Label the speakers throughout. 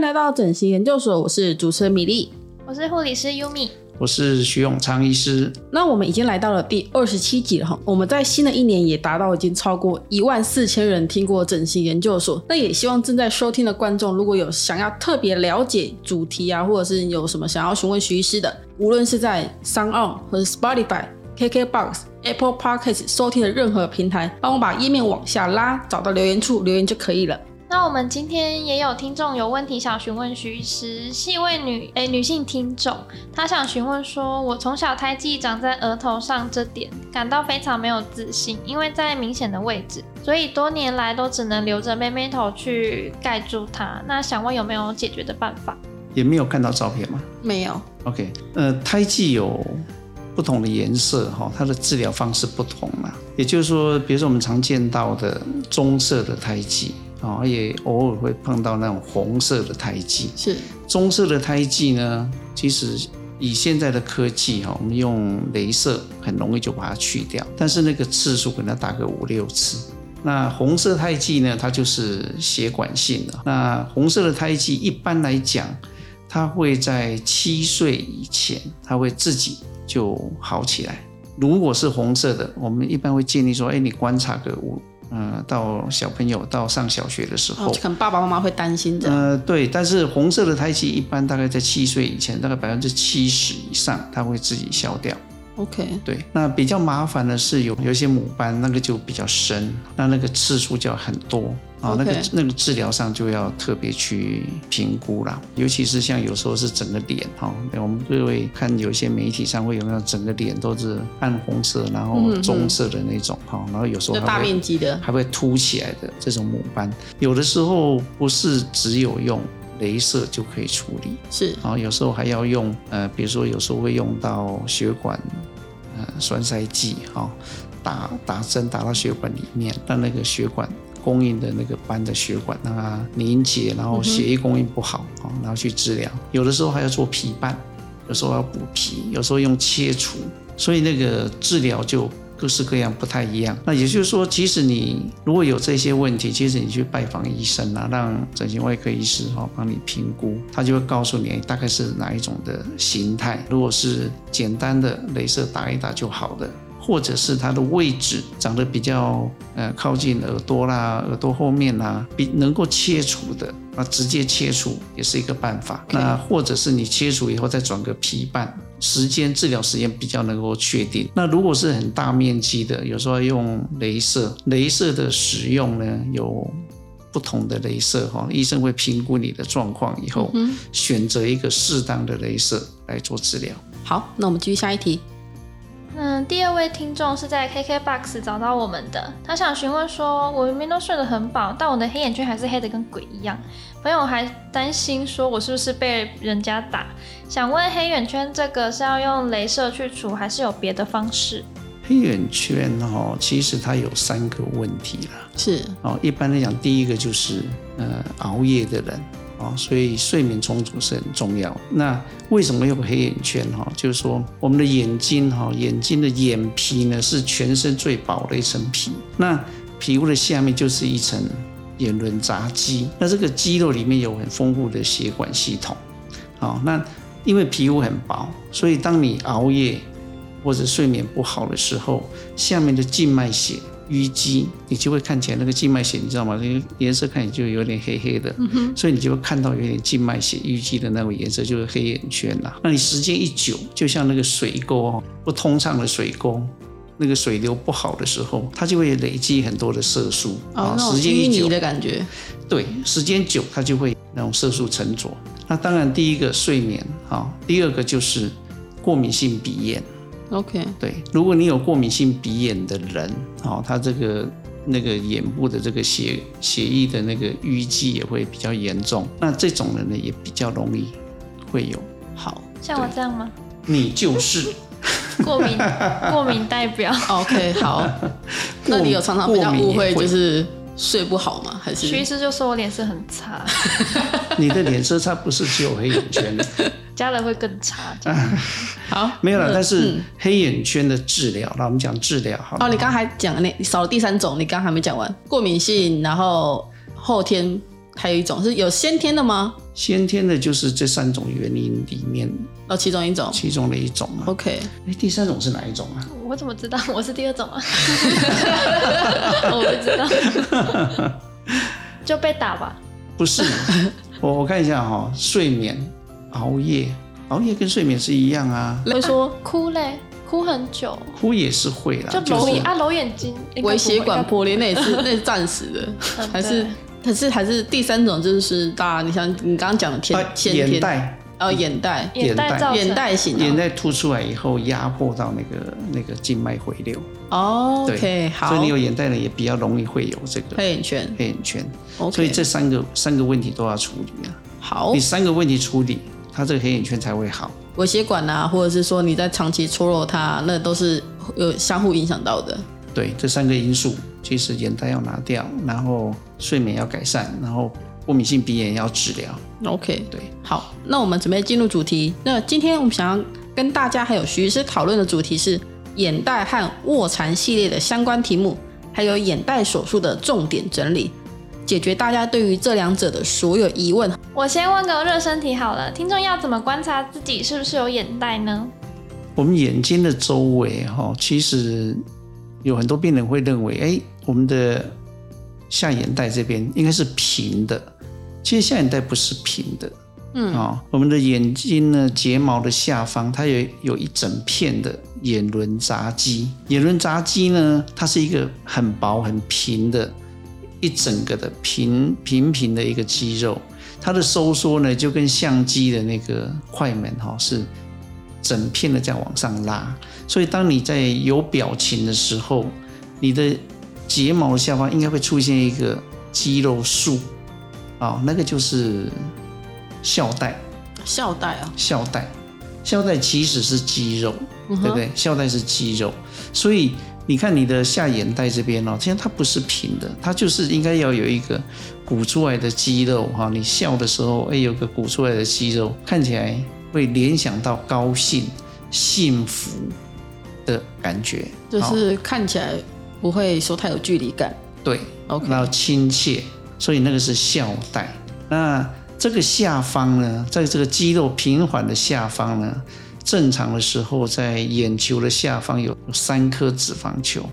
Speaker 1: 来到整形研究所，我是主持人米粒。
Speaker 2: 我是护理师 Yumi，
Speaker 3: 我是徐永昌医师。
Speaker 1: 那我们已经来到了第二十七集了哈，我们在新的一年也达到已经超过一万四千人听过整形研究所。那也希望正在收听的观众，如果有想要特别了解主题啊，或者是有什么想要询问徐医师的，无论是在 s o u n On 或者 Spotify、KKBox、Apple Podcast 收听的任何平台，帮我把页面往下拉，找到留言处留言就可以了。
Speaker 2: 那我们今天也有听众有问题想询问徐医师，是一位女诶、女性听众，她想询问说，我从小胎记长在额头上这点感到非常没有自信，因为在明显的位置，所以多年来都只能留着妹妹头去盖住它。那想问有没有解决的办法？
Speaker 3: 也没有看到照片嘛
Speaker 1: 没有，
Speaker 3: ？OK，呃，胎记有不同的颜色哈、它的治疗方式不同嘛。也就是说，比如说我们常见到的棕色的胎记啊、哦，也偶尔会碰到那种红色的胎记。
Speaker 1: 是
Speaker 3: 棕色的胎记呢，其实以现在的科技哈，我们用镭射很容易就把它去掉，但是那个次数可能大概五六次。那红色胎记呢，它就是血管性的。那红色的胎记一般来讲，它会在七岁以前，它会自己就好起来。如果是红色的，我们一般会建议说，哎，你观察个五，呃，到小朋友到上小学的时
Speaker 1: 哦
Speaker 3: 候，，
Speaker 1: 可能爸爸妈妈会担心这样。
Speaker 3: 呃，对，但是红色的胎记一般大概在七岁以前，大概百分之七十以上，它会自己消掉。
Speaker 1: OK，
Speaker 3: 对，那比较麻烦的是有有一些母斑，那个就比较深，那那个次数就要很多啊
Speaker 1: OK
Speaker 3: 那个那个治疗上就要特别去评估啦。尤其是像有时候是整个脸哈、哦，我们就会看有一些媒体上会有那种整个脸都是暗红色，然后
Speaker 1: 嗯嗯
Speaker 3: 棕色的那种哈、然后有时候
Speaker 1: 就
Speaker 3: 还
Speaker 1: 大
Speaker 3: 会
Speaker 1: 面积的。
Speaker 3: 还会凸起来的这种母斑，有的时候不是只有用镭射就可以处理，
Speaker 1: 是
Speaker 3: 然后有时候还要用呃，比如说有时候会用到血管呃栓塞剂哈、打打针打到血管里面，让那个血管供应的那个斑的血管让它凝结，然后血液供应不好啊、哦然后去治疗。有的时候还要做皮瓣，有时候要补皮，有时候用切除，所以那个治疗就。各式各样不太一样，那也就是说，即使你如果有这些问题，其实你去拜访医生啊，让整形外科医师哈、哦、帮你评估，他就会告诉你大概是哪一种的形态。如果是简单的镭射打一打就好的，或者是它的位置长得比较呃靠近耳朵啦、耳朵后面啦，比能够切除的，那直接切除也是一个办法。
Speaker 1: OK
Speaker 3: 那或者是你切除以后再转个皮瓣，时间治疗时间比较能够确定。那如果是很大面积的，有时候要用镭射，镭射的使用呢有。不同的镭射哈，医生会评估你的状况以后，
Speaker 1: 嗯
Speaker 3: 选择一个适当的镭射来做治疗。
Speaker 1: 好，那我们继续下一题。
Speaker 2: 嗯，第二位听众是在 KKBOX 找到我们的，他想询问说，我明明都睡得很饱，但我的黑眼圈还是黑得跟鬼一样，朋友还担心说我是不是被人家打，想问黑眼圈这个是要用镭射去除，还是有别的方式？
Speaker 3: 黑眼圈哦，其实它有三个问题啦。
Speaker 1: 是
Speaker 3: 哦，一般来讲，第一个就是呃熬夜的人哦，所以睡眠充足是很重要。那为什么有黑眼圈哈、哦？就是说我们的眼睛哈、哦，眼睛的眼皮呢是全身最薄的一层皮，那皮肤的下面就是一层眼轮匝肌，那这个肌肉里面有很丰富的血管系统。好、那因为皮肤很薄，所以当你熬夜或者睡眠不好的时候，下面的静脉血淤积，你就会看起来那个静脉血，你知道吗？那个颜色看起来就有点黑黑的，
Speaker 1: 嗯
Speaker 3: 所以你就会看到有点静脉血淤积的那种颜色，就是黑眼圈啦、那你时间一久，就像那个水沟哦，不通畅的水沟。那个水流不好的时候，它就会累积很多的色素
Speaker 1: 哦，
Speaker 3: 啊、
Speaker 1: 那种
Speaker 3: 时间
Speaker 1: 淤
Speaker 3: 一久
Speaker 1: 泥，的感觉。
Speaker 3: 对，时间久它就会那种色素沉着。那当然，第一个睡眠啊、第二个就是过敏性鼻炎。
Speaker 1: OK，
Speaker 3: 对，如果你有过敏性鼻炎的人，哦，他这个那个眼部的这个血血液的那个淤积也会比较严重。那这种人呢，也比较容易会有。
Speaker 1: 好
Speaker 2: 像我这样吗？
Speaker 3: 你就是
Speaker 2: 过敏，过敏代表
Speaker 1: 哦，OK，好。 那你有常常
Speaker 3: 过
Speaker 1: 被人家
Speaker 3: 过敏
Speaker 1: 误
Speaker 3: 也
Speaker 1: 会
Speaker 3: 会
Speaker 1: 就是睡不好吗？还
Speaker 2: 徐医
Speaker 1: 是
Speaker 2: 师就说我脸色很差，
Speaker 3: 你的脸色差不是只有黑眼圈，
Speaker 2: 加了会更差。这样
Speaker 1: 好
Speaker 3: 没有
Speaker 1: 嗯
Speaker 3: 了。但是
Speaker 1: 嗯
Speaker 3: 黑眼圈的治疗，那我们讲治疗好了。
Speaker 1: 哦，你刚才讲的那你少了第三种，你刚还没讲完，过敏性，然后后天还有一种是有先天的吗？
Speaker 3: 先天的就是这三种原因里面
Speaker 1: 哦，其中一种。
Speaker 3: 其中的一种嘛。
Speaker 1: OK，
Speaker 3: 哎，第三种是哪一种啊？
Speaker 2: 我怎么知道我是第二种啊？ 我不知道， 就被打吧。
Speaker 3: 不是， 我我看一下哈、睡眠、熬夜，熬夜跟睡眠是一样啊，
Speaker 1: 例如说
Speaker 2: 哭嘞，哭很久，
Speaker 3: 哭也是会啦，
Speaker 2: 就
Speaker 3: 啊就
Speaker 2: 揉
Speaker 3: 是
Speaker 2: 眼啊，揉眼睛，应该不会嗯
Speaker 1: 微血管破裂，那也是 那是暂时的，
Speaker 2: 应该不
Speaker 1: 还
Speaker 2: 会
Speaker 1: 是
Speaker 2: 嗯
Speaker 1: 可是还是第三种就是大家，你像你刚刚讲的天
Speaker 3: 啊
Speaker 1: 先
Speaker 3: 眼
Speaker 1: 天
Speaker 3: 袋，
Speaker 1: 哦眼袋
Speaker 2: 对眼袋
Speaker 3: 眼袋
Speaker 2: 造成
Speaker 1: 眼袋型
Speaker 3: 眼
Speaker 1: 的
Speaker 3: 袋凸出来以后压迫到那个那个静脉回流，
Speaker 1: 哦
Speaker 3: 对
Speaker 1: OK 好，
Speaker 3: 所以你有眼袋的也比较容易会有这个
Speaker 1: 黑眼圈
Speaker 3: 黑眼圈，所
Speaker 1: OK
Speaker 3: 以
Speaker 1: 哦
Speaker 3: 这三个三个问题都要处理啊，
Speaker 1: 好
Speaker 3: 你，三个问题处理，它这个黑眼圈才会好。
Speaker 1: 微血管啊，或者是说你在长期搓揉它，那都是有相互影响到的。
Speaker 3: 对，这三个因素，其实眼袋要拿掉，然后睡眠要改善，然后过敏性鼻炎要治疗。
Speaker 1: OK，
Speaker 3: 对，
Speaker 1: 好，那我们准备进入主题。那今天我们想要跟大家还有徐医师讨论的主题是眼袋和卧蚕系列的相关题目，还有眼袋手术的重点整理，解决大家对于这两者的所有疑
Speaker 3: 嗯
Speaker 1: 问。
Speaker 2: 我先问个热身题好了，听众要怎么观察自己是不是有眼袋 呢？
Speaker 3: 我们眼睛的周围哈、其实有很多病人会认为，哎，我们的下眼袋这边应该是平的，其实下眼袋不是平的。嗯，哦，我们的眼睛呢，睫毛的下方它有有一整片的眼轮匝肌，眼轮匝肌呢，它是一个很薄很平的，一整个的平平平的一个肌肉，它的收缩呢，就跟相机的那个快门哈、是整片的这样往上拉。所以当你在有表情的时候，你的睫毛的下方应该会出现一个肌肉束，啊、那个就是笑带。
Speaker 1: 笑带啊，
Speaker 3: 笑带，笑带其实是肌肉，
Speaker 1: 嗯
Speaker 3: 对不对？笑带是肌肉，所以你看你的下眼袋这边哦，其实它不是平的，它就是应该要有一个鼓出来的肌肉哈。你笑的时候，哎，有个鼓出来的肌肉，看起来会联想到高兴、幸福的感觉，
Speaker 1: 就
Speaker 3: 好
Speaker 1: 是看起来不会说太有距离感。
Speaker 3: 对
Speaker 1: OK
Speaker 3: 然后亲切，所以那个是笑带。那这个下方呢，在这个肌肉平缓的下方呢，正常的时候在眼球的下方有三颗脂肪球，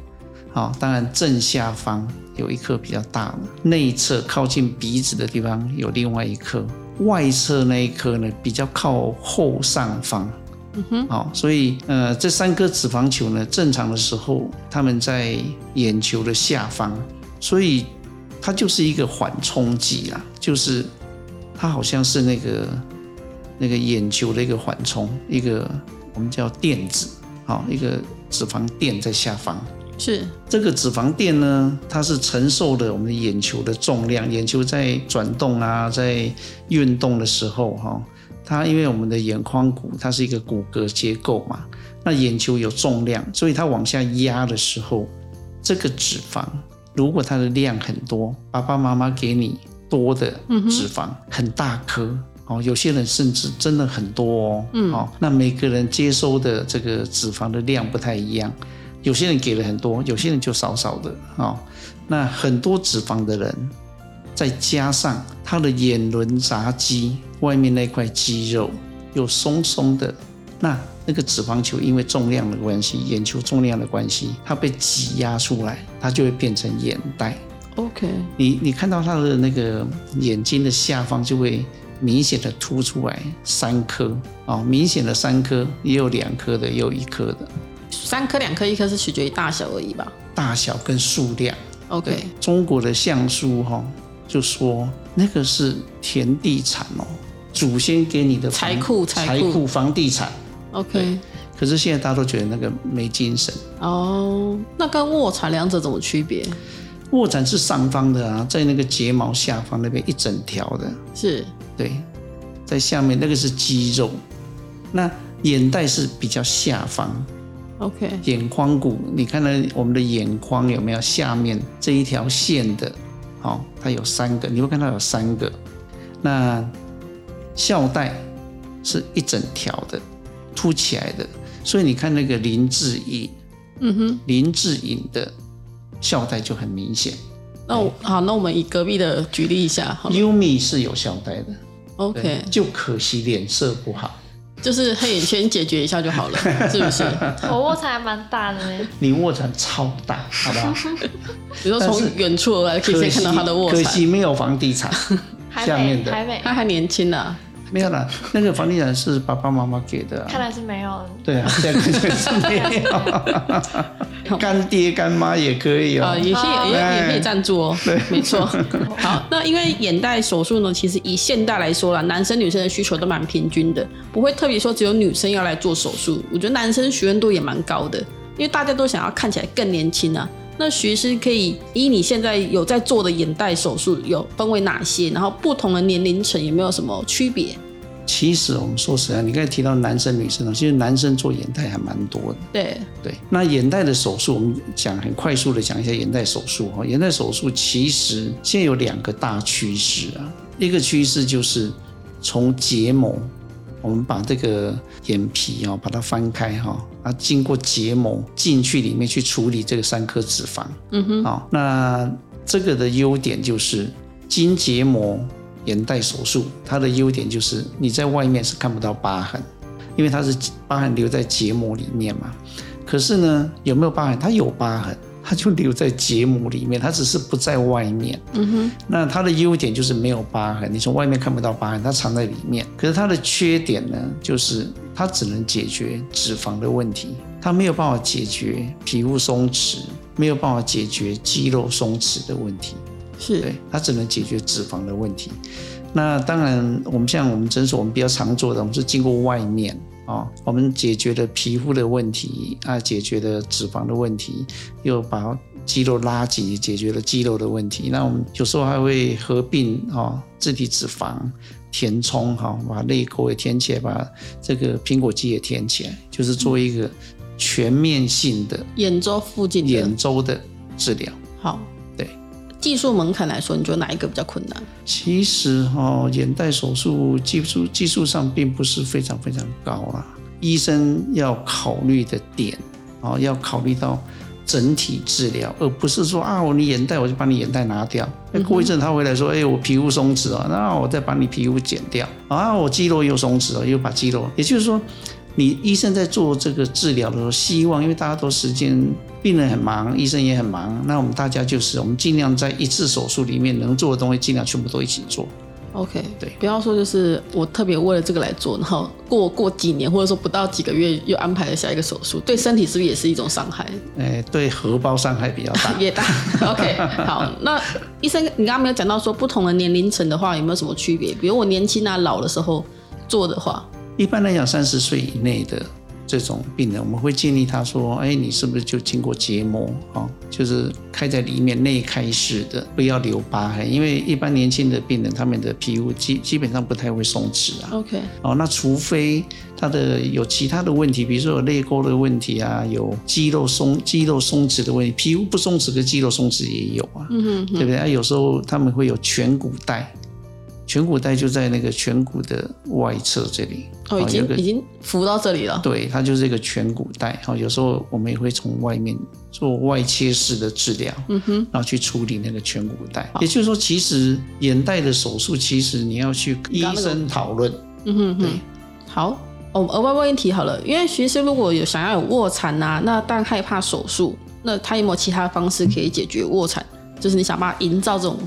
Speaker 3: 好、当然正下方有一颗比较大的，内侧靠近鼻子的地方有另外一颗，外侧那一颗呢比较靠后上方。好、所以呃，这三颗脂肪球呢，正常的时候，它们在眼球的下方，所以它就是一个缓冲剂啦，就是它好像是那个那个眼球的一个缓冲，一个我们叫垫子，好、一个脂肪垫在下方。
Speaker 1: 是
Speaker 3: 这个脂肪垫呢，它是承受了我们的眼球的重量，眼球在转动啊，在运动的时候哈、它因为我们的眼眶骨它是一个骨骼结构嘛，那眼球有重量，所以它往下压的时候，这个脂肪如果它的量很多，爸爸妈妈给你多的脂肪、很大颗。哦，有些人甚至真的很多哦。嗯，哦，那每个人接收的这个脂肪的量不太一样，有些人给了很多，有些人就少少的哦。那很多脂肪的人，再加上他的眼轮匝肌外面那块肌肉又松松的，那那个脂肪球因为重量的关系，眼球重量的关系，它被挤压出来，它就会变成眼袋。
Speaker 1: OK，
Speaker 3: 你你看到他的那个眼睛的下方就会明显的凸出来三颗啊、哦，明显的三颗，也有两颗的，也有一颗的，
Speaker 1: 三颗两颗一颗是取决于大小而已吧
Speaker 3: 大小跟数量。
Speaker 1: ？OK，
Speaker 3: 中国的相书哈、就说那个是田地产哦，祖先给你的房
Speaker 1: 财库财
Speaker 3: 财
Speaker 1: 库
Speaker 3: 库房地产。
Speaker 1: OK，
Speaker 3: 对可是现在大家都觉得那个没精神。
Speaker 1: 哦，那跟卧蚕两者怎么区别？
Speaker 3: 卧蚕是上方的啊，在那个睫毛下方那边一整条的，
Speaker 1: 是
Speaker 3: 对，在下面那个是肌肉，那眼袋是比较下方，
Speaker 1: OK，
Speaker 3: 眼眶骨，你看到我们的眼眶有没有下面这一条线的？好、它有三个，你会看到有三个。那笑带是一整条的，凸起来的，所以你看那个林志颖，
Speaker 1: 嗯哼，
Speaker 3: 林志颖的笑带就很明显。
Speaker 1: 那我好，那我们以隔壁的举例一下好了
Speaker 3: 优米是有效带的对
Speaker 1: 嗯，OK，
Speaker 3: 就可惜脸色不好。
Speaker 1: 就是黑眼圈解决一下就 好了，是不是？
Speaker 2: 我卧蚕还蛮大的呢，
Speaker 3: 你卧蚕超 大，好不好？
Speaker 1: 比如说
Speaker 3: 但
Speaker 1: 从
Speaker 3: 是
Speaker 1: 远处而来，可以先看到他的卧
Speaker 3: 可
Speaker 1: 蚕，
Speaker 3: 惜没有房地产，
Speaker 2: 还
Speaker 3: 下面
Speaker 2: 没
Speaker 3: 的
Speaker 2: 还没，
Speaker 1: 他还年轻啊呢、
Speaker 3: 没有啦。那个房地产是爸爸妈妈给的、
Speaker 2: 看
Speaker 3: 啊。
Speaker 2: 来是没有了。
Speaker 3: 对啊，这个就是没有。干爹干妈也可以哦
Speaker 1: 啊、。也可以，也也可
Speaker 3: 哎
Speaker 1: 以赞助哦。对， 没错。好，那因为眼袋手术呢，其实以现代来说啦，男生女生的需求都蛮平均的，不会特别说只有女生要来做手术。我觉得男生许愿度也蛮高的，因为大家都想要看起来更年轻啊。那徐医师可以以你现在有在做的眼袋手术有分为哪些，然后不同的年龄层有没有什么区别？
Speaker 3: 其实我们说实在，你刚才提到男生女生哦，其实男生做眼袋还蛮多的。
Speaker 1: 对，
Speaker 3: 对，那眼袋的手术，我们讲很快速的讲一下眼袋手术哈。眼袋手术其实现在有两个大趋势啊，一个趋势就是从结膜，我们把这个眼皮哦，把它翻开哈，啊，经过结膜进去里面去处理这个三颗脂肪。
Speaker 1: 嗯哼，
Speaker 3: 好、那这个的优点就是筋结膜眼袋手术，它的优点就是你在外面是看不到疤痕，因为它是疤痕留在结膜里面嘛。可是呢，有没有疤痕？它有疤痕，它就留在结膜里面，它只是不在外面。
Speaker 1: 嗯哼，
Speaker 3: 那它的优点就是没有疤痕，你从外面看不到疤痕，它藏在里面。可是它的缺点呢，就是它只能解决脂肪的问题，它没有办法解决皮肤松弛，没有办法解决肌肉松弛的问题。
Speaker 1: 是
Speaker 3: 对，它只能解决脂肪的问题。那当然，我们像我们诊所，我们比较常做的，我们是经过外面哦，我们解决了皮肤的问题啊，解决了脂肪的问题，又把肌肉拉紧，也解决了肌肉的问题。那我们有时候还会合并哦，自体脂肪填充哈、把泪沟也填起来，把这个苹果肌也填起来，就是做一个全面性的
Speaker 1: 眼周附近的
Speaker 3: 眼周的治疗。
Speaker 1: 好。
Speaker 3: 对，
Speaker 1: 技术门槛来说，你觉得哪一个比较困难？
Speaker 3: 其实哈、哦，眼袋手术技术技术上并不是非常非常高啊啦。医生要考虑的点，哦，要考虑到整体治疗，而不是说啊，我你眼袋我就把你眼袋拿掉。那过一阵他回来说，哎、我皮肤松弛哦，那我再把你皮肤剪掉啊，我肌肉又松弛哦，又把肌肉，也就是说。你医生在做这个治疗的时候，希望因为大家都时间，病人很忙，医生也很忙，那我们大家就是我们尽量在一次手术里面能做的东西，尽量全部都一起做。
Speaker 1: OK，
Speaker 3: 对
Speaker 1: 不要说就是我特别为了这个来做，然后过过几年或者说不到几个月又安排了下一个手术，对身体是不是也是一种伤害？。
Speaker 3: 哎，对荷包伤害比较大
Speaker 1: 也 大。OK，好，那医生，你刚刚没有讲到说不同的年龄层的话有没有什么区别？比如我年轻啊、老的时候做的话，
Speaker 3: 一般来讲，三十岁以内的这种病人，我们会建议他说：“哎，你是不是就经过结膜哦，就是开在里面内开式的，不要留疤痕，因为一般年轻的病人，他们的皮肤基基本上不太会松弛啊。”
Speaker 1: OK，
Speaker 3: 哦，那除非他的有其他的问题，比如说有泪沟的问题啊，有肌肉松肌肉松弛的问题，皮肤不松弛跟肌肉松弛也有啊，
Speaker 1: 嗯哼
Speaker 3: 对不对？啊，有时候他们会有颧骨带，颧骨带就在那个颧骨的外侧这里，啊
Speaker 1: 哦，已
Speaker 3: 有
Speaker 1: 经
Speaker 3: 一个
Speaker 1: 已经浮到这里了。
Speaker 3: 对，它就是一个颧骨带。哦，有时候我们也会从外面做外切式的治疗，
Speaker 1: 嗯哼，
Speaker 3: 然后去处理那个颧骨带。也就是说，其实眼袋的手术，其实你要去医
Speaker 1: 刚那个
Speaker 3: 生讨论。
Speaker 1: 嗯哼
Speaker 3: 对
Speaker 1: 哼，好，我们额外问一题好了，因为徐医生如果有想要有卧蚕啊，那但害怕手术，那他有没有其他方式可以解决卧蚕？就是你想办法营造这种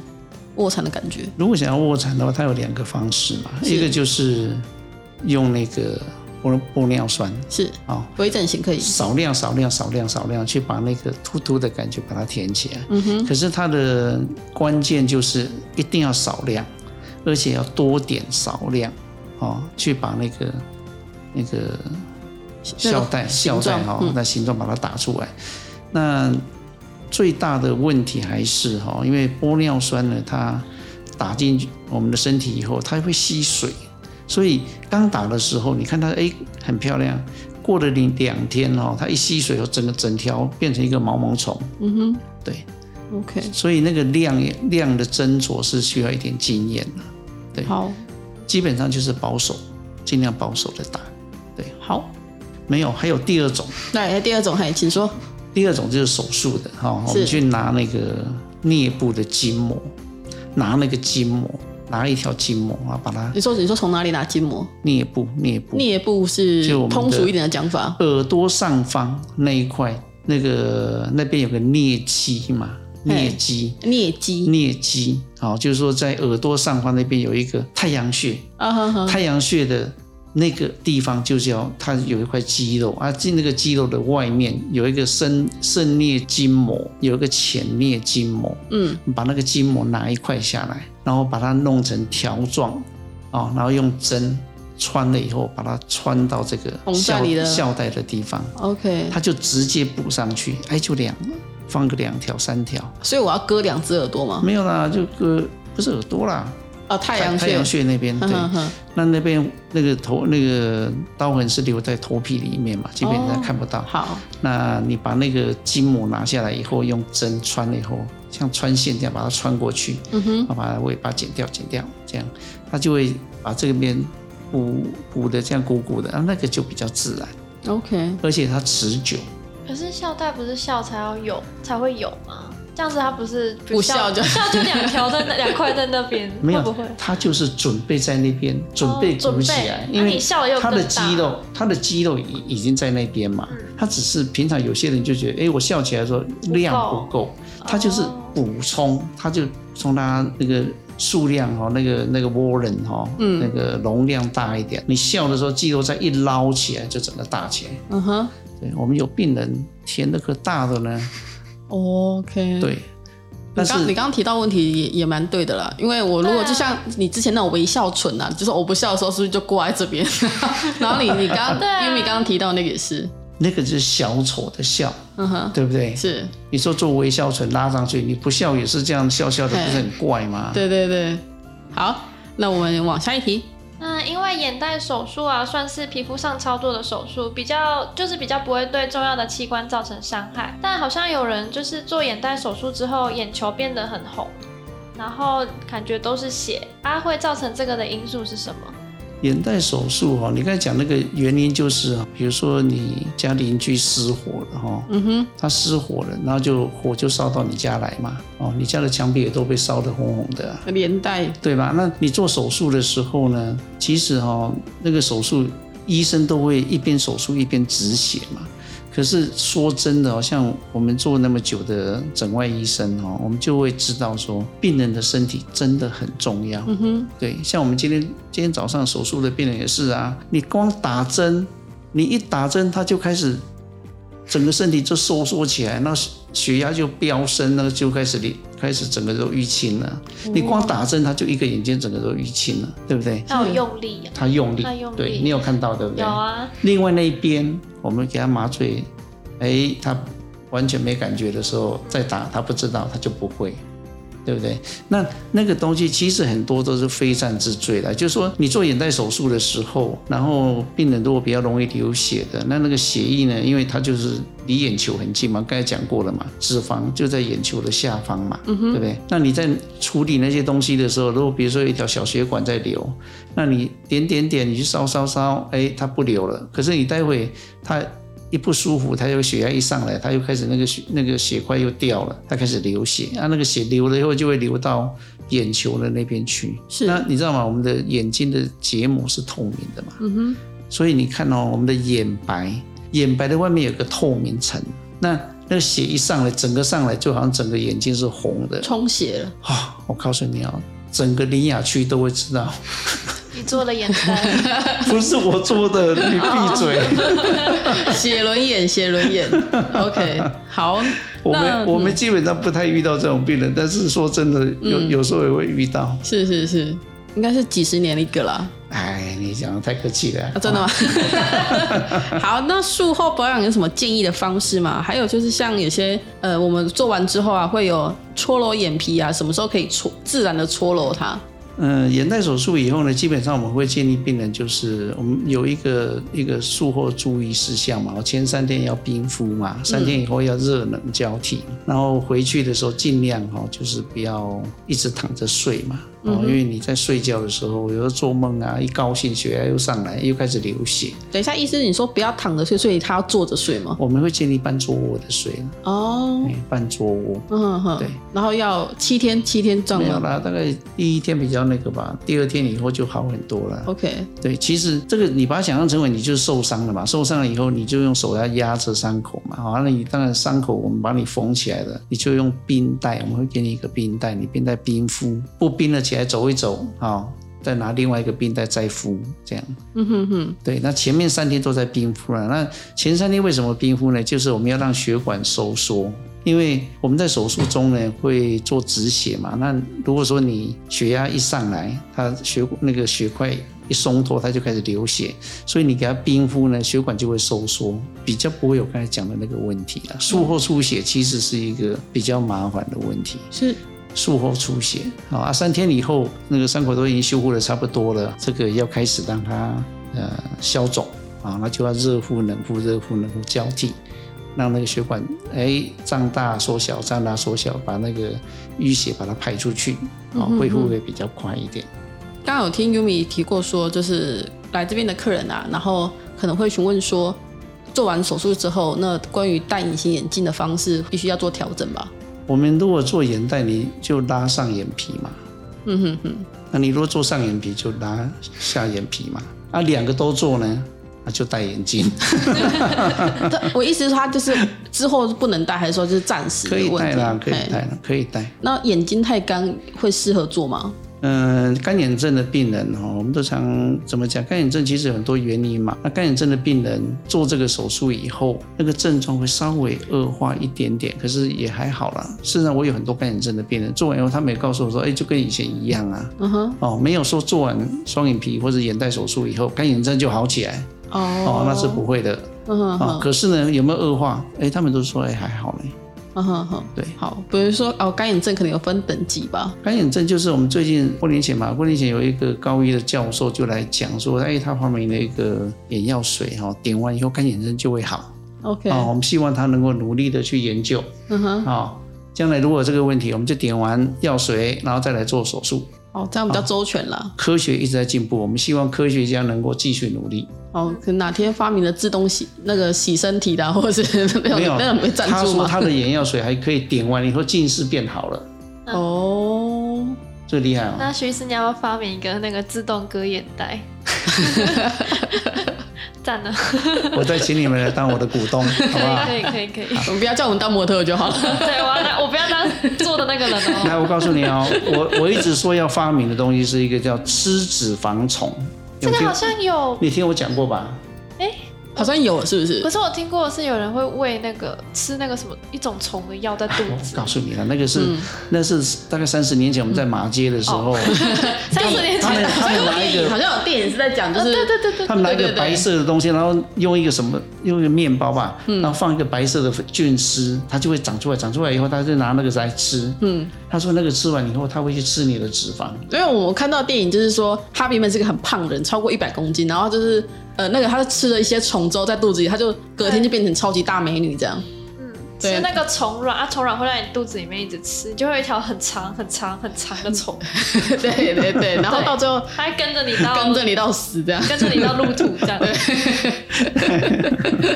Speaker 1: 卧蚕的感觉，
Speaker 3: 如果想要卧蚕的话，它有两个方式嘛，
Speaker 1: 是
Speaker 3: 一个就是用那个玻玻尿酸
Speaker 1: 是
Speaker 3: 啊、哦
Speaker 1: 微整形可以，
Speaker 3: 少量少量少量少量去把那个突突的感觉把它填起来。
Speaker 1: 嗯哼，
Speaker 3: 可是它的关键就是一定要少量，而且要多点少量哦，去把那个那个
Speaker 1: 那
Speaker 3: 校
Speaker 1: 个
Speaker 3: 带
Speaker 1: 形
Speaker 3: 校带
Speaker 1: 状
Speaker 3: 哈
Speaker 1: 嗯，
Speaker 3: 那形状把它打出来。那最大的问题还是哈，因为玻尿酸呢，它打进去我们的身体以后，它会吸水，所以刚打的时候，你看它哎很漂亮，过了两两天哦，它一吸水后，整个整条变成一个毛毛虫。
Speaker 1: 嗯
Speaker 3: 对，
Speaker 1: 哼，OK，
Speaker 3: 所以那个量量的斟酌是需要一点经验的，对
Speaker 1: 好，
Speaker 3: 基本上就是保守，尽量保守的打。
Speaker 1: 好，哎
Speaker 3: 没有，还有第二种，
Speaker 1: 那第二种，嘿，请说，
Speaker 3: 第二种就是手术的哈、我
Speaker 1: 是
Speaker 3: 们去拿那个颞部的筋膜，拿那个筋膜，拿一条筋膜啊，把它
Speaker 1: 你说你说从哪里拿筋膜？
Speaker 3: 颞部颞部
Speaker 1: 颞部是
Speaker 3: 就我们的
Speaker 1: 通俗一点的讲法，
Speaker 3: 耳朵上方那一块，那个那边有个颞肌嘛，
Speaker 1: 嘿
Speaker 3: 颞肌
Speaker 1: 颞肌
Speaker 3: 颞肌，好、哦就是说在耳朵上方那边有一个太阳穴，
Speaker 1: 啊哈哈，
Speaker 3: 太阳穴的那个地方就叫它有一块肌肉啊，进那个肌肉的外面有一个深深颞筋膜，有一个浅颞筋膜，
Speaker 1: 嗯，
Speaker 3: 把那个筋膜拿一块下来，然后把它弄成条状，哦，然后用针穿了以后，把它穿到这个
Speaker 1: 缝在
Speaker 3: 校
Speaker 1: 你的
Speaker 3: 校带的地方，
Speaker 1: OK，
Speaker 3: 它就直接补上去，哎，就两放个两条三条，
Speaker 1: 所以我要割两只耳朵嘛，
Speaker 3: 没有啦，就割不是耳朵啦，
Speaker 1: 啊，哦太阳
Speaker 3: 太
Speaker 1: 穴嗯
Speaker 3: 阳，穴那边对。
Speaker 1: 哼哼哼
Speaker 3: 那那边那个头那个刀痕是留在头皮里面嘛，基本
Speaker 1: 哦
Speaker 3: 上看不到。
Speaker 1: 好，
Speaker 3: 那你把那个筋膜拿下来以后，用针穿了以后，像穿线这样把它穿过去，
Speaker 1: 嗯哼，
Speaker 3: 把它尾巴剪掉，剪掉，这样它就会把这个面补补的这样鼓鼓的，啊，那个就比较自然，
Speaker 1: OK，
Speaker 3: 而且它持久。
Speaker 2: 可是校带不是校才要有才会有吗？这样子它不是
Speaker 1: 不校 就
Speaker 2: 校就两条在那两块在那边，
Speaker 3: 没
Speaker 2: 会不
Speaker 3: 有
Speaker 2: 会？，哦
Speaker 3: 它就是准备在那边，准备鼓起来
Speaker 2: 准备，
Speaker 3: 因
Speaker 2: 那
Speaker 3: 为
Speaker 2: 你笑得又
Speaker 3: 它的
Speaker 2: 更大
Speaker 3: 肌肉，它的肌肉已已经在那边嘛
Speaker 2: 嗯，
Speaker 3: 它只是平常有些人就觉得，哎，我笑起来的时候量不够，它就是补充，它就从它那个数量哦，那个那个 volume 哦，
Speaker 1: 嗯
Speaker 3: 那个容量大一点，你笑的时候肌肉再一捞起来，就整个大起来。
Speaker 1: 嗯哼
Speaker 3: 对我们有病人填那颗大的呢，
Speaker 1: ，OK，。
Speaker 3: 对，但
Speaker 1: 嗯你
Speaker 3: 是
Speaker 1: 刚你刚刚提到问题也也蛮对的啦，因为我如果就像
Speaker 2: 啊
Speaker 1: 你之前那种微笑唇啊，就是我不笑的时候是不是就挂在这 边？然后你你刚
Speaker 2: 对啊
Speaker 1: 因为你刚刚提到那个也是，
Speaker 3: 那个就是小丑的笑，
Speaker 1: 嗯哼，
Speaker 3: 对不对？
Speaker 1: 是，
Speaker 3: 你说做微笑唇拉上去，你不笑也是这样笑笑的，
Speaker 1: 哎
Speaker 3: 不是很怪吗？，
Speaker 1: 对对对。好，那我们往下一题。
Speaker 2: 那嗯因为眼袋手术啊，算是皮肤上操作的手术，比较就是比较不会对重要的器官造成伤害。但好像有人就是做眼袋手术之后，眼球变得很红，然后感觉都是血，啊，会造成这个的因素是 什么？
Speaker 3: 嗯眼袋手术哈、哦，你刚才讲那个原因就是，比如说你家邻居失火了哈、哦，
Speaker 1: 嗯哼，
Speaker 3: 他失火了，然后就火就烧到你家来嘛，哦，你家的墙壁也都被烧得红红的啊、
Speaker 1: 连带
Speaker 3: 对吧？那你做手术的时候呢，其实哈、哦，那个手术医生都会一边手术一边止血嘛。可是说真的哦，像我们做那么久的诊外医生哦，我们就会知道说，病人的身体真的很重要。
Speaker 1: 嗯哼，
Speaker 3: 对，像我们今天今天早上手术的病人也是啊，你光打针，你一打针他就开始整个身体就收缩起来，那血压就飙升，那就开始你开始整个都淤青了。你光打针他就一个眼睛整个都淤青了，对不对？
Speaker 2: 要有用力啊，
Speaker 3: 他用力，
Speaker 2: 他用力
Speaker 3: 对你有看到对不对？
Speaker 2: 有啊，
Speaker 3: 另外那一边我们给他麻醉，哎，他完全没感觉的时候再打，他不知道，他就不会。对不对？那那个东西其实很多都是非战之罪的，就是说你做眼袋手术的时候，然后病人如果比较容易流血的，那那个血液呢，因为它就是离眼球很近嘛，刚才讲过了嘛，脂肪就在眼球的下方嘛，对不对？那你在处理那些东西的时候，如果比如说有一条小血管在流，那你点点点，你去烧烧烧，哎，它不流了，可是你待会它。一不舒服，他就血压一上来，他又开始那个血那个血块又掉了，他开始流血啊，那个血流了以后就会流到眼球的那边去。
Speaker 1: 是
Speaker 3: 那你知道吗？我们的眼睛的结膜是透明的嘛，
Speaker 1: 嗯哼，
Speaker 3: 所以你看哦，我们的眼白，眼白的外面有个透明层，那那个血一上来，整个上来就好像整个眼睛是红的
Speaker 1: 充血了，
Speaker 3: 啊、我告诉你啊、整个林雅区都会知道，
Speaker 2: 你做了眼袋，
Speaker 3: 不是我做的，你 闭嘴。
Speaker 1: 哦血轮眼，血轮眼。OK，好，
Speaker 3: 我
Speaker 1: 那嗯
Speaker 3: 们我们基本上不太遇到这种病人，但是说真的，有、
Speaker 1: 嗯
Speaker 3: 有时候也会遇到。
Speaker 1: 是是是，应该是几十年一个啦。
Speaker 3: 哎，你讲的太客气了
Speaker 1: 啊，，真的吗？ 好，那术后保养有什么建议的方式吗？还有就是像有些呃，我们做完之后啊，会有搓揉眼皮啊，什么时候可以搓自然的搓揉它？
Speaker 3: 嗯，眼袋手术以后呢，基本上我们会建议病人就是我们有一个一个术后注意事项嘛，前三天要冰敷嘛，
Speaker 1: 嗯
Speaker 3: 三天以后要热冷交替，然后回去的时候尽量哈、哦，就是不要一直躺着睡嘛。
Speaker 1: 嗯
Speaker 3: 哦，因为你在睡觉的时候，有时候做梦啊，一高兴血压又上来，又开始流血。
Speaker 1: 等一下，医师，你说不要躺着睡，所以他要坐着睡吗？
Speaker 3: 我们会建议半坐卧的睡，
Speaker 1: 哦，
Speaker 3: 哎，半坐卧。
Speaker 1: 嗯哼哼，
Speaker 3: 对，
Speaker 1: 然后要七天七天这
Speaker 3: 没
Speaker 1: 样
Speaker 3: 有
Speaker 1: 吗
Speaker 3: 啦，大概第一天比较那个吧，第二天以后就好很多了。
Speaker 1: ？OK，
Speaker 3: 对，其实这个你把它想象成为你就是受伤了嘛，受伤了以后你就用手来压着伤口嘛，哦好，那你当然伤口我们把你缝起来了，你就用冰袋，我们会给你一个冰袋，你冰袋冰敷，不冰了起来走一走，好，再拿另外一个冰袋再敷，这样。
Speaker 1: 嗯哼哼，
Speaker 3: 对，那前面三天都在冰敷了。那前三天为什么冰敷呢？就是我们要让血管收缩，因为我们在手术中呢会做止血嘛。那如果说你血压一上来，它血那个血块一松脱，它就开始流血，所以你给它冰敷呢，血管就会收缩，比较不会有刚才讲的那个问题了。术后出血其实是一个比较麻烦的问题。
Speaker 1: 是
Speaker 3: 术后出血好啊，三天以后那个伤口都已经修复的差不多了，这个要开始让它呃消肿啊，那就要热敷、冷敷、热敷、冷敷交替，让那个血管哎胀大、缩小、胀大、缩小，把那个淤血把它排出去
Speaker 1: 嗯
Speaker 3: 啊，恢复会比较快一点。
Speaker 1: 刚刚有听 Yumi 提过说，就是来这边的客人啊，然后可能会询问说，做完手术之后，那关于戴隐形眼镜的方式必须要做调整吧？
Speaker 3: 我们如果做眼袋，你就拉上眼皮嘛，
Speaker 1: 嗯哼哼，
Speaker 3: 那你如果做上眼皮，就拉下眼皮嘛，啊，两个都做呢，那就戴眼镜。
Speaker 1: 嗯但我意思是，他就是之后不能戴，还是说就是暂时
Speaker 3: 可以
Speaker 1: 的问
Speaker 3: 戴
Speaker 1: 题？哎
Speaker 3: 啦，可以
Speaker 1: 嘿
Speaker 3: 戴啦，可以戴。
Speaker 1: 那眼睛太干会适合做吗？
Speaker 3: 嗯、干眼症的病人哈，我们都常怎么讲？干眼症其实有很多原因嘛。那干眼症的病人做这个手术以后，那个症状会稍微恶化一点点，可是也还好啦。事实上，我有很多干眼症的病人做完以后，他们也告诉我说，哎、就跟以前一样啊。
Speaker 1: 嗯哼，
Speaker 3: 哦，没有说做完双眼皮或者眼袋手术以后，干眼症就好起来
Speaker 1: 哦，
Speaker 3: 哦，那是不会的
Speaker 1: 嗯哼
Speaker 3: 啊、哦。
Speaker 1: 哼，
Speaker 3: 可是呢，有没有恶化？哎、他们都说哎、还好嘞。
Speaker 1: 嗯哼哼，
Speaker 3: 对
Speaker 1: 好，比如说哦，干眼症可能有分等级吧？
Speaker 3: 干眼症就是我们最近过年前嘛，过年前有一个高一的教授就来讲说，哎，他发明了一个眼药水哈、哦，点完以后干眼症就会好啊、
Speaker 1: OK，、
Speaker 3: 哦我们希望他能够努力的去研究
Speaker 1: 嗯哼，
Speaker 3: 啊、哦将来如果有这个问题，我们就点完药水，然后再来做手术。
Speaker 1: 哦，这样比较周全啦。
Speaker 3: 科学一直在进步，我们希望科学家能够继续努力。
Speaker 1: 哦，可能哪天发明了自动洗那个洗身体的啊、或者是 没有
Speaker 3: 没有
Speaker 1: 那种被赞
Speaker 3: 他
Speaker 1: 助
Speaker 3: 说
Speaker 1: 嘛？
Speaker 3: 他的眼药水还可以点完以后近视变好了，
Speaker 1: 哦，
Speaker 3: 这厉 害啊、
Speaker 2: 那徐医师，你要不要发明一个那个自动割眼 袋？赞了，
Speaker 3: 我再请你们来当我的股东，好不好
Speaker 2: 可？以可以可以可以。
Speaker 1: 我们不要叫我们当模特就好了。
Speaker 2: 对，我要当，我不要当做的那个人哦。
Speaker 3: 来，我告诉你哦，我我一直说要发明的东西是一个叫吃脂肪虫，
Speaker 2: 这
Speaker 3: 有
Speaker 2: 个
Speaker 3: 听
Speaker 2: 好像有，
Speaker 3: 你听我讲过吧？
Speaker 1: 好像有是不是
Speaker 2: 可？是我听过是有人会喂那个吃那个什么一种虫的药在肚
Speaker 3: 我
Speaker 2: 子
Speaker 3: 告，诉你了，那个是、
Speaker 1: 嗯
Speaker 3: 那是大概三十年前我们在马街的时
Speaker 1: 哦
Speaker 3: 候，
Speaker 2: 三十年
Speaker 3: 他们
Speaker 2: 前。
Speaker 3: 他们拿一
Speaker 1: 电影好
Speaker 3: 个
Speaker 1: 像有电影是在讲，就
Speaker 2: 哦
Speaker 1: 是、
Speaker 2: 对对对对，
Speaker 3: 他们拿一
Speaker 1: 对
Speaker 3: 个
Speaker 1: 对对
Speaker 3: 白色的东西，然后用一个什么用一个面包吧，
Speaker 1: 嗯
Speaker 3: 然后放一个白色的菌丝，它就会长出来，长出来以后他就拿那个来吃。
Speaker 1: 嗯，
Speaker 3: 他说那个吃完以后，他会去吃你的脂 肪。
Speaker 1: 因为我看到电影就是说，他原本是个很胖的人，超过一百公斤，然后就是呃那个他吃了一些虫之后，在肚子里，他就隔天就变成超级大美女这样。对
Speaker 2: 吃那个虫卵啊，虫卵会让你肚子里面一直吃，你就会有一条很长很长很长的 虫，
Speaker 1: 对对对，然后到最后
Speaker 2: 它会跟着你到
Speaker 1: 跟着你到死 这样。
Speaker 2: 跟着你到路途这 样。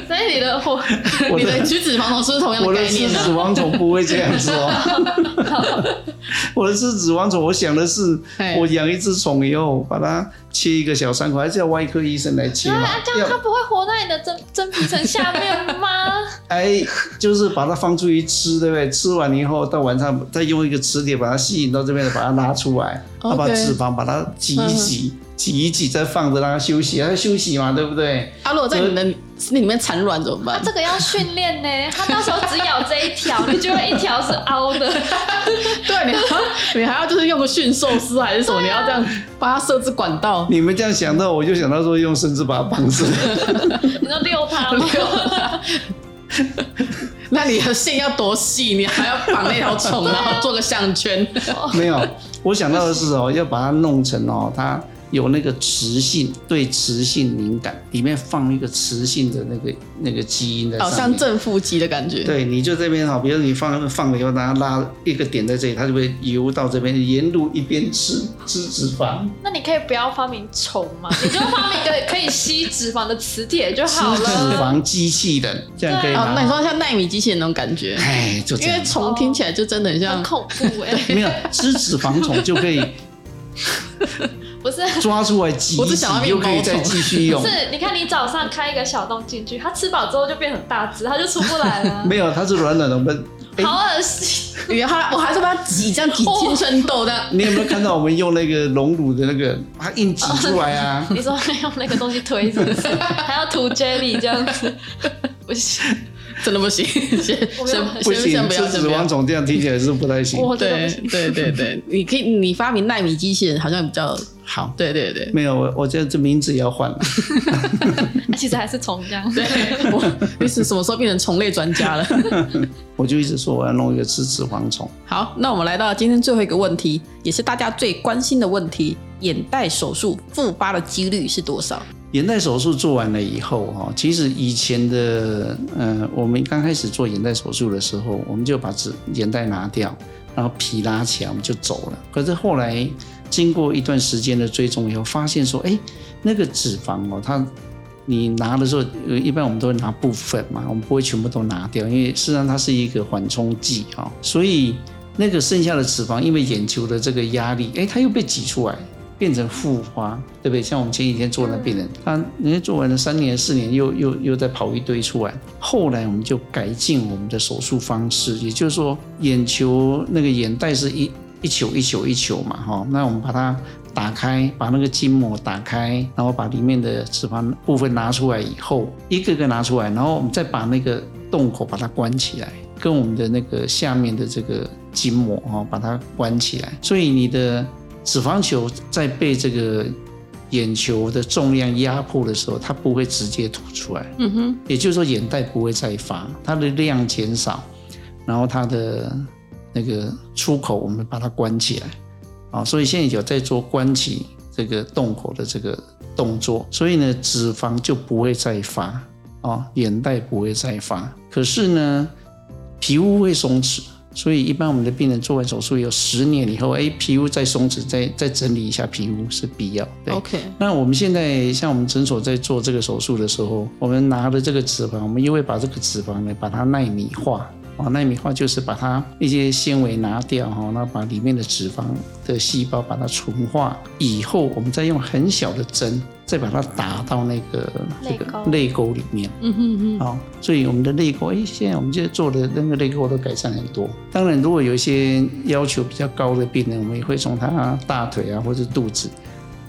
Speaker 2: 所以你的火，啊
Speaker 3: 我
Speaker 1: 你的
Speaker 3: 的
Speaker 1: 取脂肪虫是不是同样
Speaker 3: 我
Speaker 1: 的
Speaker 3: 的
Speaker 1: 概
Speaker 3: 吃
Speaker 1: 念呢、
Speaker 3: 脂肪虫不会这样 子哦。我的是指王虫，我想的是
Speaker 2: 哎
Speaker 1: 嘿，
Speaker 3: 我养一只虫以后，把它切一个小伤口，还是要外科医生来切嘛
Speaker 2: 啊，？这样它
Speaker 3: 要
Speaker 2: 不会活在你的真真皮层下面吗？啊
Speaker 3: 哎，就是把它放出去吃，对不对？吃完以后，到晚上再用一个磁铁把它吸引到这边来，把它拉出来，然
Speaker 1: OK
Speaker 3: 后把脂肪把它挤一挤，
Speaker 2: 嗯
Speaker 3: 挤一挤，再放着让它休息，让它休息嘛，对不对？
Speaker 1: 啊，如果在你的那里面产卵怎么办？
Speaker 2: 这个要训练呢，它到时候只咬这一条，你就会一条是凹的，
Speaker 1: 对，你还要你还要就是用个驯兽师还是什么，你要这样帮它设置管道。
Speaker 3: 你们这样想到，我就想到说用绳子把它绑死。
Speaker 2: 你说遛它吗？
Speaker 1: 那你的线要多细？你还要绑那条 虫，然后做个项圈。
Speaker 3: 没有，我想到的是哦，要把它弄成哦，它有那个磁性，对磁性敏感，里面放一个磁性的那个那个基因在
Speaker 4: 好
Speaker 3: 上
Speaker 4: 像
Speaker 3: 面。
Speaker 4: 正负极的感觉。
Speaker 3: 对，你就这边哈，哦比如你放放了以后，它拉一个点在这里，它就会游到这边，沿路一边吃吃脂肪，
Speaker 2: 那你可以不要发明虫嘛， 你就发明一个可以吸脂肪的磁铁就
Speaker 3: 吃
Speaker 2: 好
Speaker 3: 脂
Speaker 2: 了。
Speaker 3: 肪机器人，这样可以
Speaker 4: 哦，那你
Speaker 3: 吗？
Speaker 4: 说像纳米机器人那种感觉，
Speaker 3: 哎，就这
Speaker 4: 因为
Speaker 3: 样。
Speaker 4: 虫听起来就真的很像
Speaker 2: 很恐怖哎、
Speaker 3: 没有吃脂肪虫就可以
Speaker 2: 不是
Speaker 3: 抓出来挤
Speaker 4: 我
Speaker 3: 一
Speaker 4: 只想要
Speaker 3: 挤，
Speaker 4: 面
Speaker 3: 又
Speaker 4: 包虫
Speaker 3: 可以再继续用，
Speaker 2: 不。是，你看你早上开一个小洞进去，它吃饱之后就变很大只，它就出不来了
Speaker 3: 没有，它是软软的。我们哎
Speaker 2: 好恶心。
Speaker 4: 因为他我还是把它挤，这样挤青春痘这样。
Speaker 3: 你有没有看到我们用那个隆乳的那个，它硬挤出 来啊？
Speaker 2: 你说用那个东西推是不是？还要涂 jelly 这样子， 不行，
Speaker 4: 真的不 行，先
Speaker 2: 我
Speaker 4: 先
Speaker 2: 没
Speaker 4: 先
Speaker 2: 有
Speaker 3: 不
Speaker 4: 先
Speaker 3: 行，
Speaker 4: 不要，先
Speaker 3: 吃脂
Speaker 4: 不要
Speaker 3: 肪。虫这样听起来是不太行。
Speaker 2: 我真的不
Speaker 4: 对
Speaker 2: 行。
Speaker 4: 对对对，你可以你发明纳米机器人好像比较
Speaker 3: 好，
Speaker 4: 对对对。
Speaker 3: 没有，我我这这名字也要换了。
Speaker 2: 啊其实还是虫这样。
Speaker 4: 对， 我你是什么时候变成虫类专家了？
Speaker 3: 我就一直说我要弄一个吃脂肪虫。
Speaker 4: 好，
Speaker 1: 那我们来到今天最后一个问题，也是大家最关心的问题：眼袋手术复发的几率是多少？
Speaker 3: 眼袋手术做完了以后，哈，其实以前的，呃，我们刚开始做眼袋手术的时候，我们就把脂眼袋拿掉，然后皮拉起来，我们就走了。可是后来经过一段时间的追踪以后，发现说，哎，那个脂肪哦，它你拿的时候，呃一般我们都会拿部分嘛，我们不会全部都拿掉，因为事实上它是一个缓冲剂哈、哦，所以那个剩下的脂肪，因为眼球的这个压力，哎，它又被挤出来。变成复发，对不对？像我们前几天做那病人，他人家做完了三年、四年，又又又再跑一堆出来。后来我们就改进我们的手术方式，也就是说，眼球那个眼袋是一一球一球一球嘛，哈、那我们把它打开，把那个筋膜打开，然后把里面的脂肪部分拿出来以后，一个个拿出来，然后我们再把那个洞口把它关起来，跟我们的那个下面的这个筋膜哈、哦，把它关起来。所以你的脂肪球在被这个眼球的重量压迫的时候，它不会直接凸出来。
Speaker 1: 嗯哼，
Speaker 3: 也就是说眼袋不会再发，它的量减少，然后它的那个出口我们把它关起来，啊，所以现在有在做关起这个洞口的这个动作，所以呢脂肪就不会再发，啊，眼袋不会再发，可是呢皮肤会松弛。所以，一般我们的病人做完手术有十年以后，哎，皮肤再松弛，再再整理一下皮肤是必要。对
Speaker 4: OK，
Speaker 3: 那我们现在像我们诊所在做这个手术的时候，我们拿了这个脂肪，我们又会把这个脂肪呢，把它纳米化。哦，纳米化就是把它一些纤维拿掉哈，那把里面的脂肪的细胞把它纯化以后，我们再用很小的针，再把它打到那个这
Speaker 2: 泪沟
Speaker 3: 个泪沟里面。
Speaker 1: 嗯哼哼，
Speaker 3: 好、所以我们的内沟，哎，现在我们现在做的那个内沟都改善很多。当然，如果有一些要求比较高的病人，我们也会从他大腿啊或者肚子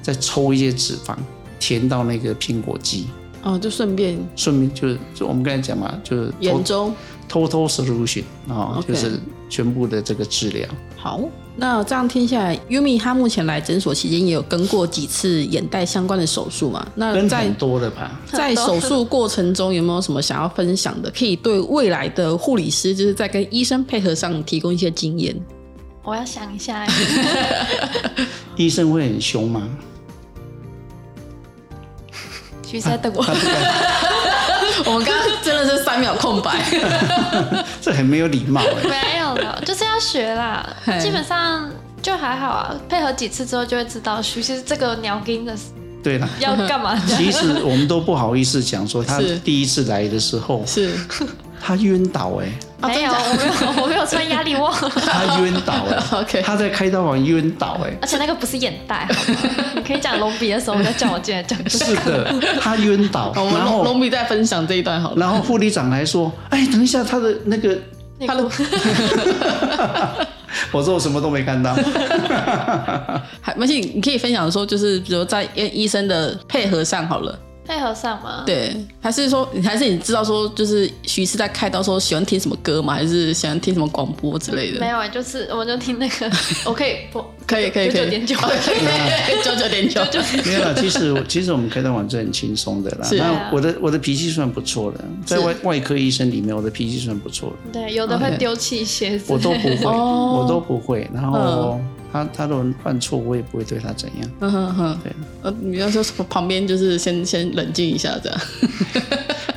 Speaker 3: 再抽一些脂肪填到那个苹果肌，
Speaker 4: 哦，就顺便
Speaker 3: 顺便就就我们刚才讲嘛，就是
Speaker 4: 研究
Speaker 3: total solution 啊、
Speaker 4: OK
Speaker 3: 就是全部的这个治疗。
Speaker 1: 好。那这样听下来，Yumi 她目前来诊所期间也有跟过几次眼袋相关的手术嘛？
Speaker 4: 呃
Speaker 1: 那
Speaker 3: 跟
Speaker 1: 在
Speaker 3: 很多的吧，
Speaker 1: 在手术过程中有没有什么想要分享的，可以对未来的护理师，就是在跟医生配合上提供一些经验？
Speaker 2: 我要想一下欸，
Speaker 3: 医生会很凶吗？
Speaker 2: 徐在等我。
Speaker 3: 他不敢，
Speaker 4: 我们刚刚真的是三秒空白。
Speaker 3: 这很没有礼貌哎、
Speaker 2: 没有的，就是要学啦
Speaker 4: 嘿。
Speaker 2: 基本上就还好啊，配合几次之后就会知道，其实这个鸟给你 的
Speaker 3: 对了。
Speaker 2: 要干嘛。
Speaker 3: 其实我们都不好意思讲说，他
Speaker 4: 是
Speaker 3: 第一次来的时候，
Speaker 4: 是
Speaker 3: 他晕倒哎、
Speaker 4: 啊
Speaker 2: 没
Speaker 4: 真
Speaker 2: 有，
Speaker 4: 假
Speaker 2: 我没有，我没有穿压 力袜，
Speaker 3: 他晕倒了
Speaker 4: OK
Speaker 3: 他在开刀房晕倒哎、
Speaker 2: 而且那个不是眼袋，好吗？你可以讲隆鼻的时候，再叫我进来讲。
Speaker 3: 是的，他晕倒，
Speaker 4: 我们
Speaker 3: 然
Speaker 4: 龙龙
Speaker 3: 后
Speaker 4: 比再分享这一段好了。
Speaker 3: 然后护理长来说，哎，等一下他的那个，
Speaker 2: 内
Speaker 4: 他的
Speaker 2: 裤
Speaker 3: 我说我什么都没 看到，
Speaker 4: 还而且你可以分享说，就是比如在医医生的配合上好了，
Speaker 2: 配合上吗？
Speaker 4: 对，还是说还是你知道说，就是徐是在开刀时候喜欢听什么歌吗？还是喜欢听什么广播之类
Speaker 2: 没
Speaker 4: 的？
Speaker 2: 有啊，就是我就听那 个，我可以播
Speaker 4: 可以可以可以，
Speaker 2: 九九 点九，
Speaker 4: 九九点 九，
Speaker 3: 没有了。其实我其实我们开刀房是很轻松的啦。
Speaker 4: 是啊
Speaker 3: 那我的我的脾气算不错的，在
Speaker 4: 是
Speaker 3: 外外科医生里面，我的脾气算不错的，
Speaker 2: 对，有的会
Speaker 4: 哦 OK
Speaker 2: 丢弃鞋子，
Speaker 3: 我都不会，
Speaker 4: 哦
Speaker 3: 我都不会。然后
Speaker 4: 嗯
Speaker 3: 他他他如果犯错，我也不会对他怎样。
Speaker 1: 嗯哼哼，
Speaker 3: 对，
Speaker 1: 呃，你要说什么旁边就是先先冷静一下这样。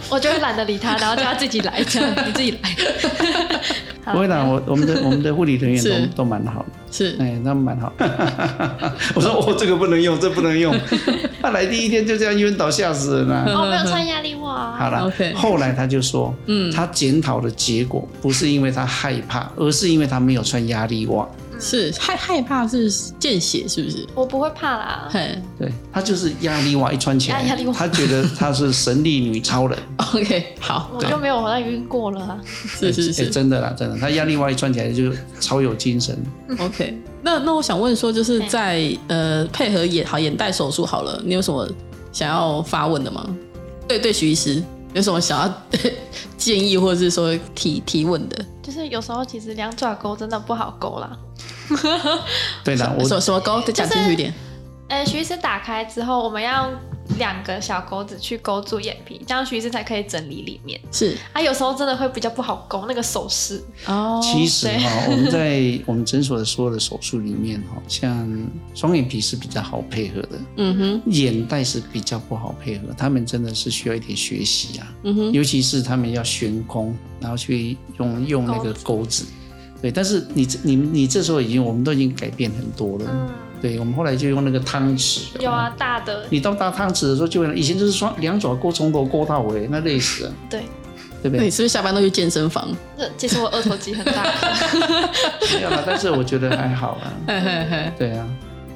Speaker 2: 我就会懒得理他，然后叫他自己来，这样你自己 来。好
Speaker 3: 不会啦，我我们的我们的护理 人员
Speaker 1: 是
Speaker 3: 都都蛮好的。
Speaker 1: 是，
Speaker 3: 哎，他们蛮好。我说哦，这个不能用，这不能 用。他来第一天就这样晕倒，吓死人了、
Speaker 2: 哦，
Speaker 4: 嗯
Speaker 2: 没有穿压力袜啊。
Speaker 3: 好了
Speaker 1: OK
Speaker 3: 后来他就说，嗯，他检讨的结果不是因为他害怕，而是因为他没有穿压力袜。
Speaker 1: 是害害怕是见血是不是？
Speaker 2: 我不会怕啦，
Speaker 1: 嘿
Speaker 3: 对他就是压力袜一穿起来，
Speaker 2: 啊压力袜
Speaker 3: 他觉得他是神力女超人。
Speaker 1: ，OK，好，
Speaker 2: 我就没有好像晕过了啊。
Speaker 1: 是是
Speaker 3: 哎
Speaker 1: 是
Speaker 3: 真的啦，真的，他压力袜一穿起来就超有精神。
Speaker 1: ，OK。那那我想问说，就是
Speaker 2: 哎
Speaker 1: 在呃配合眼好眼袋手术好了，你有什么想要发问的吗？对对，徐医师有什么想要 建议或者是说提提问的？
Speaker 2: 就是有时候其实两爪钩真的不好勾啦。
Speaker 3: 对啦，我
Speaker 1: 什么什么高？再讲清楚一点。
Speaker 2: 呃，徐医师打开之后，我们要用两个小钩子去勾住眼皮，这样徐医师才可以整理里面。
Speaker 1: 是
Speaker 2: 啊，有时候真的会比较不好勾那个手势。
Speaker 1: 哦，
Speaker 3: 其实
Speaker 2: 对
Speaker 3: 哈、我们在我们诊所的所有的手术里面哈、像双眼皮是比较好配合的，
Speaker 1: 嗯哼，
Speaker 3: 眼袋是比较不好配合，他们真的是需要一点学习啊，
Speaker 1: 嗯哼，
Speaker 3: 尤其是他们要悬空，然后去用用那个钩子，对。但是你你你这时候已经我们都已经改变很多了，
Speaker 2: 嗯，
Speaker 3: 对，我们后来就用那个汤匙，
Speaker 2: 有啊，，大的
Speaker 3: 你到大汤匙的时候就会，以前就是双两爪钩从头钩到尾，那累死了，
Speaker 2: 对。
Speaker 3: 对不
Speaker 1: 那
Speaker 3: 对
Speaker 1: 你？是不是下班都去健身房？
Speaker 2: 这其实我二头肌很大，
Speaker 3: 没有啦，但是我觉得还好啦，
Speaker 1: 嘿嘿嘿，
Speaker 3: 对啊。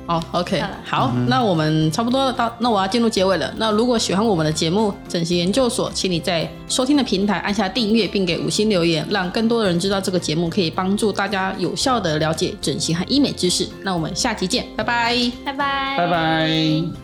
Speaker 1: 好，OK，哦
Speaker 2: 好啦
Speaker 1: 好，那我们差不多到，那我要进入结尾了。那如果喜欢我们的节目《整形研究所》，请你在收听的平台按下订阅，并给五星留言，让更多人知道这个节目，可以帮助大家有效的了解整形和医美知识。那我们下期见，拜拜。
Speaker 2: 拜拜，
Speaker 3: 拜拜。